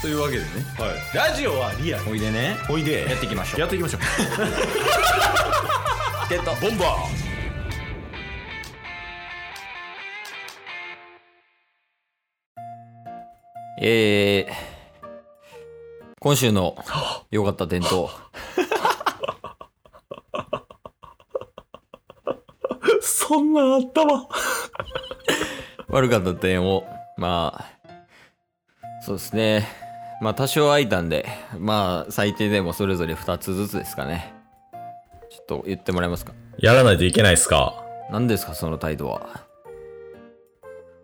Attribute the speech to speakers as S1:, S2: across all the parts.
S1: というわけでね
S2: はい、ラジオはリアル
S1: おいでね
S2: おいで
S1: やっていきましょう
S2: やっていきましょう
S1: ゲット
S2: ボンバ
S1: えー、今週の良かった点と、
S2: ーそんなあったわ
S1: 悪かった点を、まあ、そうですね。まあ、多少空いたんで、まあ、最低でもそれぞれ2つずつですかね。ちょっと言ってもらえますか。
S2: やらないといけないっすか
S1: 何ですか、その態度は。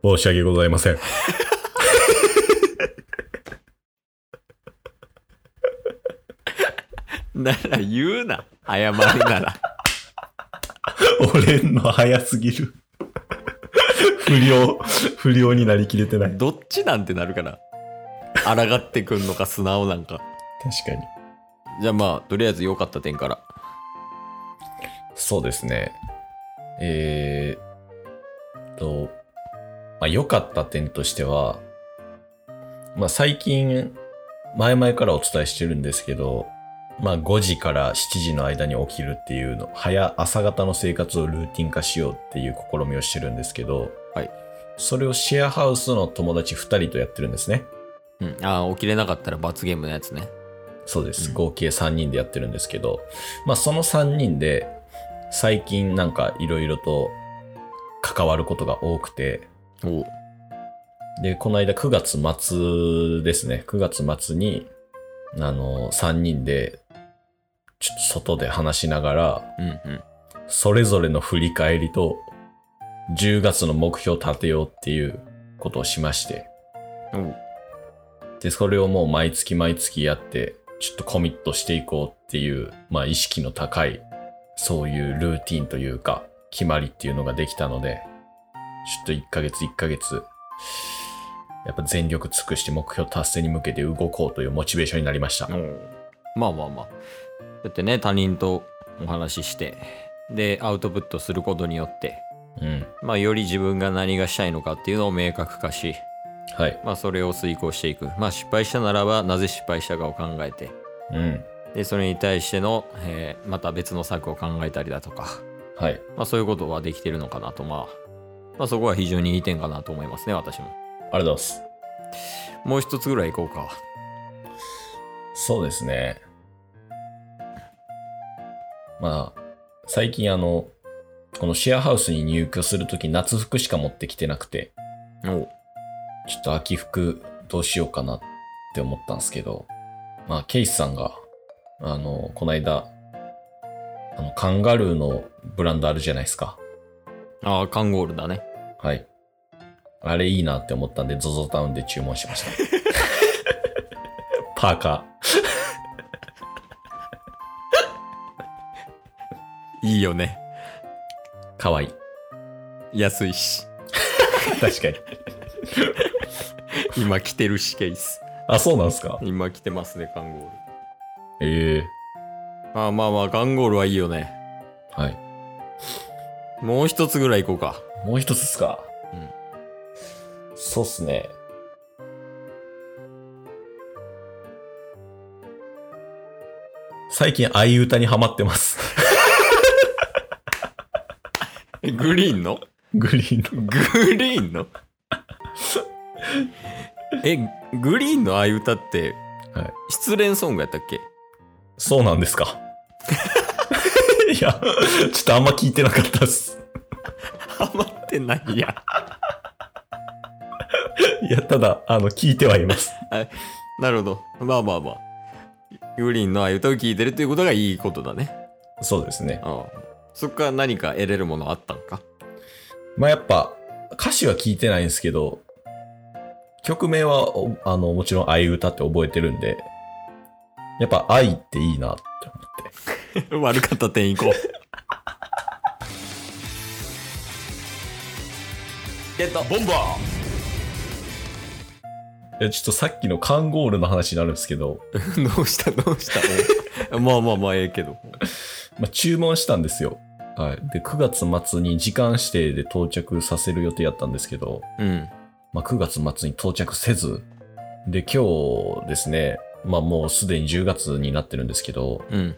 S2: 申し訳ございません
S1: なら言うな。謝るなら。
S2: 俺の早すぎる。不良、不良になりきれてない。
S1: どっちなんてなるから。抗ってくんのか、素直なんか。
S2: 確かに。
S1: じゃあまあ、とりあえず良かった点から。
S2: そうですね。えーっと、まあ、良かった点としては、まあ、最近、前々からお伝えしてるんですけど、まあ、5時から7時の間に起きるっていうの、早朝方の生活をルーティン化しようっていう試みをしてるんですけど、
S1: はい
S2: それをシェアハウスの友達2人とやってるんですね。
S1: うん。ああ、起きれなかったら罰ゲームのやつね。
S2: そうです、
S1: うん
S2: 合計3人でやってるんですけど、まあ、その3人で最近なんかいろいろと関わることが多くて
S1: おう
S2: でこの間9月末ですね9月末にあの3人でちょっと外で話しながら
S1: うんうん。
S2: それぞれの振り返りと10月の目標を立てようっていうことをしまして
S1: おう
S2: で、それをもう毎月毎月やって、ちょっとコミットしていこうっていう、まあ意識の高い、そういうルーティンというか、決まりっていうのができたので、ちょっと1ヶ月1ヶ月、やっぱ全力尽くして目標達成に向けて動こうというモチベーションになりました。
S1: まあまあまあだってね他人とお話ししてでアウトプットすることによって
S2: うん。
S1: まあより自分が何がしたいのかっていうのを明確化し
S2: はい。
S1: まあそれを遂行していくまあ失敗したならばなぜ失敗したかを考えて
S2: うん。
S1: でそれに対しての、えーまた別の策を考えたりだとか
S2: はい。
S1: まあそういうことはできてるのかなとまあまあそこは非常にいい点かなと思いますね私も
S2: ありがとうございます。
S1: もう一つぐらいいこうか
S2: そうですね。まあ、最近あの、このシェアハウスに入居するとき夏服しか持ってきてなくて、
S1: おう
S2: ちょっと秋服どうしようかなって思ったんですけど、まあ、ケイスさんが、あの、この間、あの、カンガルーのブランドあるじゃないですか。
S1: ああカンゴールだね
S2: はい。あれいいなって思ったんで、ZOZO タウンで注文しました。パーカ
S1: いいよね
S2: ー、かわいい。
S1: 安いし
S2: 確かに。
S1: 今着てるしケース
S2: あ、そうなんですか
S1: 今来てますね、カンゴール。
S2: ええ
S1: まあまあまあ、カンゴールはいいよね。
S2: はい。
S1: もう一つぐらい行こうか。
S2: もう一つっすか。
S1: うん
S2: そうっすね。最近、あいう歌にハマってます。
S1: グリーンの
S2: グリーンの。
S1: グリーンのえ、グリーンのああいう歌って、
S2: はい
S1: 失恋ソングやったっけ
S2: そうなんです か。いや、ちょっとあんま聞いてなかったっす。
S1: ハマってないや。
S2: いや、ただ、あの、聞いてはいます。
S1: なるほど。まあまあまあ。グリーンのああいう歌を聴いてるということがいいことだね。
S2: そうですね。
S1: ああそっから何か得れるものあったんか。
S2: まあ、やっぱ、歌詞は聞いてないんですけど、曲名は、おあの、もちろん、あいう歌って覚えてるんで、やっぱ、愛っていいなって思って。
S1: 悪かった点行こう。ゲット
S2: ボンバーえ、ちょっとさっきのカンゴールの話になるんですけど、
S1: どうしたどうしたおう まあまあまあええけど。
S2: まあ、注文したんですよ。はい。で、9月末に時間指定で到着させる予定やったんですけど、
S1: うん。
S2: まあ、9月末に到着せず、で、今日ですね、まあもうすでに10月になってるんですけど、
S1: うん。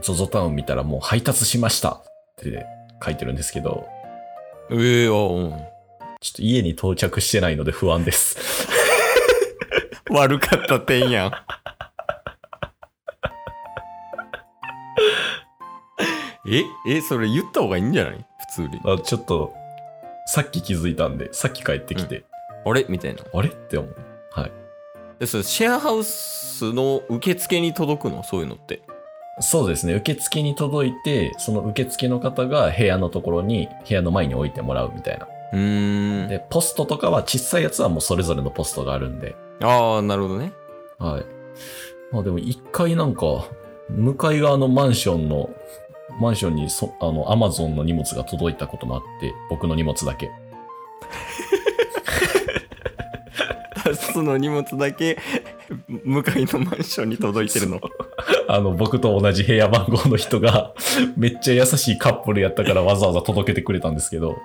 S2: ZOZO タウン見たらもう配達しましたって書いてるんですけど、
S1: ええおうん。
S2: ちょっと家に到着してないので不安です。
S1: 悪かった点やん。ええそれ言った方がいいんじゃない普通に。
S2: あちょっと、さっき気づいたんで、さっき帰ってきて、
S1: あれみたいな。
S2: あれって思う。はい。
S1: で、それシェアハウスの受付に届くのそういうのって。
S2: そうですね、受付に届いて、その受付の方が部屋のところに、部屋の前に置いてもらうみたいな。
S1: うーん。
S2: で、ポストとかは小さいやつはもうそれぞれのポストがあるんで、
S1: ああ、なるほどね。
S2: はい。まあでも一回なんか、向かい側のマンションの、マンションにそ、あの、アマゾンの荷物が届いたこともあって、僕の荷物だけ。
S1: その荷物だけ、向かいのマンションに届いてるの。
S2: あの、僕と同じ部屋番号の人が、 めっちゃ優しいカップルやったからわざわざ届けてくれたんですけど、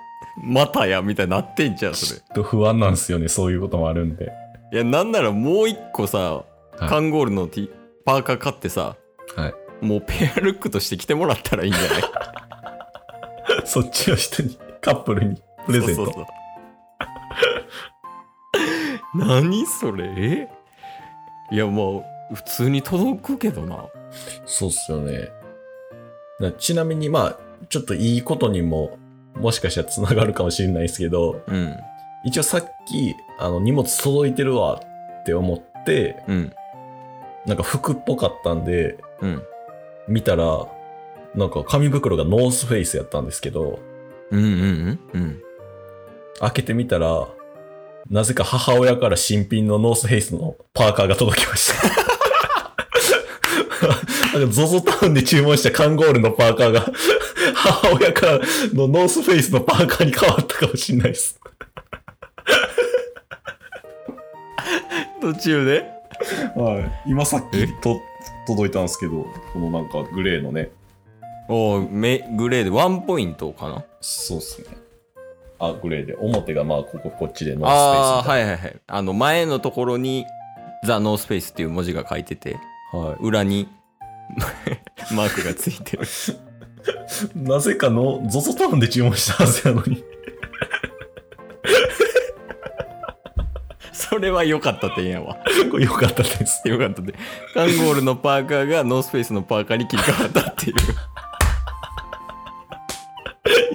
S1: またや、みたいになってんじゃん、それ。
S2: ちょっと不安なんですよね、そういうこともあるんで。
S1: いや、なんならもう一個さ、
S2: い
S1: カンゴールのティパーカー買ってさ、
S2: はい。
S1: もうペアルックとして着てもらったらいいんじゃ ない
S2: そっちの人に、カップルにプレゼン
S1: そうそう
S2: ト。
S1: そう 何それえいやもう普通に届くけどな
S2: そうっすよね。なちなみに、まあ、ちょっといいことにも、もしかしたら繋がるかもしれないですけど、
S1: うん
S2: 一応さっき、あの、荷物届いてるわって思って、
S1: うん
S2: なんか服っぽかったんで、
S1: うん
S2: 見たら、なんか紙袋がノースフェイスやったんですけど、
S1: うんうんうんうん
S2: 開けてみたら、なぜか母親から新品のノースフェイスのパーカーが届きました。 なんか ZOZO タウンで注文したカンゴールのパーカーが母親からのノースフェイスのパーカーに変わったかもしれないです。
S1: 途中で
S2: はい。今さっ
S1: き
S2: と届いたんですけど、このなんかグレーのね、
S1: おーめグレーでワンポイントかな
S2: そうっすね。あ、グレーで。表がまあ、ここ、こっちでノースペースみたい
S1: ああーはいはいはいあの前のところに「ザ・ノースペース」っていう文字が書いてて
S2: な。はい。
S1: 裏に マークがついてる
S2: なぜかの、ゾゾタウンで注文したはずやのに。
S1: それは良かった点やわ
S2: これ良かったです。
S1: よかったで、カンゴールのパーカーがノースペースのパーカーに切り替わったっていう。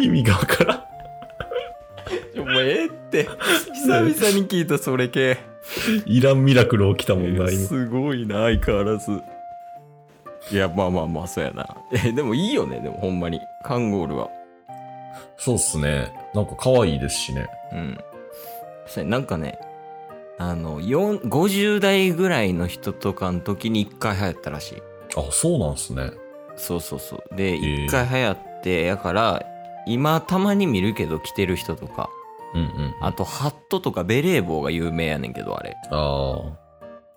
S2: 意味がわからん。
S1: ちょもうええって、久々に聞いたそれ系。
S2: イランミラクル起きたもんな、今。
S1: すごいな、相変わらず。いや、まあまあまあ、そうやな。え、でもいいよね、でもほんまに。カンゴールは。
S2: そうっすね。なんか可愛いですしね。
S1: うん。そうやなんかね、あの、4 50代ぐらいの人とかの時に1回流行ったらしい。
S2: あ、そうなんすね。
S1: そうそうそう。で、
S2: ー
S1: 1回流行って、やから、今たまに見るけど着てる人とか。
S2: うんうん。
S1: あとハットとかベレー帽が有名やねんけどあれ
S2: あー。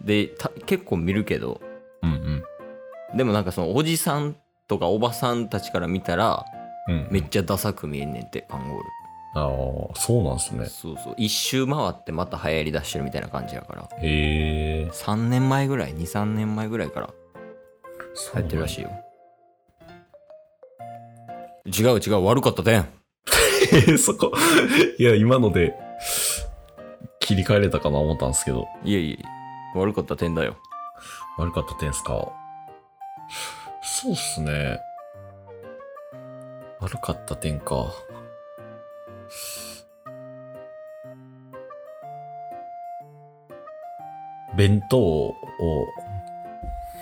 S1: でた結構見るけど
S2: うんうん。
S1: でもなんかそのおじさんとかおばさんたちから見たら
S2: うんうん、
S1: めっちゃダサく見えんねんってカンゴール、
S2: あー、そうなんすね。
S1: そうそう一周回ってまた流行りだしてるみたいな感じやから
S2: へえ。
S1: 3年前ぐらい23年前ぐらいから流行ってるらしいよ違う違う悪かったでん
S2: い。 そこ。いや、今ので、切り替えれたかな思ったんですけど。
S1: いえいえ悪かった点だよ
S2: 悪かった点すか。そうっすね。悪かった点か。弁当を、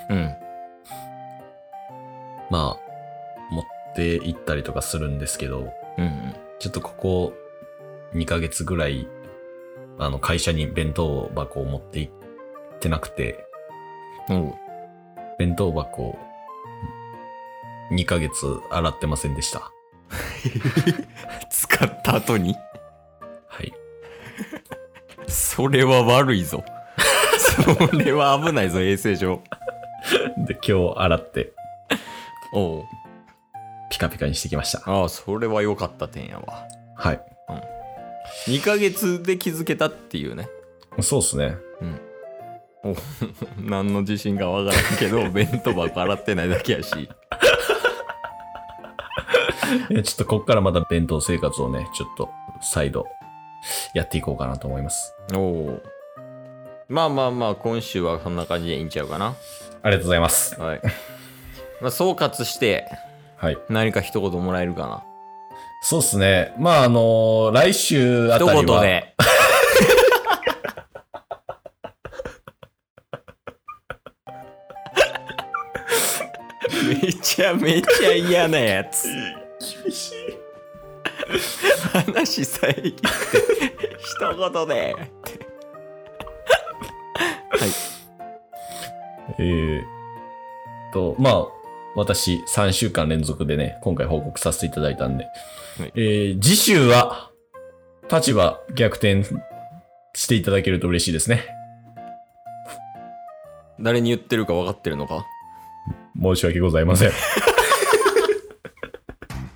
S1: うん
S2: まあ、持って行ったりとかするんですけど、
S1: うんうん
S2: ちょっとここ2ヶ月ぐらい、あの、会社に弁当箱を持って行ってなくて、
S1: おう
S2: 弁当箱を2ヶ月洗ってませんでした。
S1: 使った後に
S2: はい。
S1: それは悪い ぞ。それは危ないぞ、衛生上。
S2: で、今日洗って
S1: おう
S2: ピカピカにしてきました。
S1: ああ、それは良かった点やわ。
S2: はい。
S1: 2ヶ月で気づけたっていうね。
S2: そうっすね。
S1: うんお何の自信かわからんけ ど、弁当箱洗ってないだけやし。
S2: えちょっとこっからまた弁当生活をね、ちょっと再度やっていこうかなと思います。
S1: おお。まあまあまあ、今週はこんな感じでいいんちゃうかな。
S2: ありがとうございます。
S1: はい。まあ、総括して、
S2: はい。
S1: 何か一言もらえるか
S2: そうっすね。まあ、あのー来週
S1: な。
S2: あ
S1: 一
S2: たりは。
S1: 言で。めちゃめちゃ嫌なやつ。
S2: 厳しい。
S1: 話遮って、一言で。
S2: えー、と、まあ、私、3週間連続でね、今回報告させていただいたんで、
S1: い
S2: えー次週は、立場逆転していただけると嬉しいですね。
S1: 誰に言ってるか分かってるのか
S2: 申し訳ございません。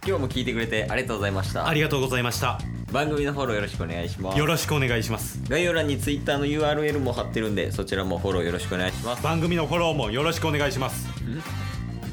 S1: 今日も聞いてくれてありがとうございました
S3: ありがとうございました
S1: 番組のフォローよろしくお願いします
S3: よろしくお願いします
S1: 概要欄に Twitter の URL も貼ってるんでそちらもフォローよろしくお願いします
S3: 番組のフォローもよろしくお願いします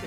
S3: す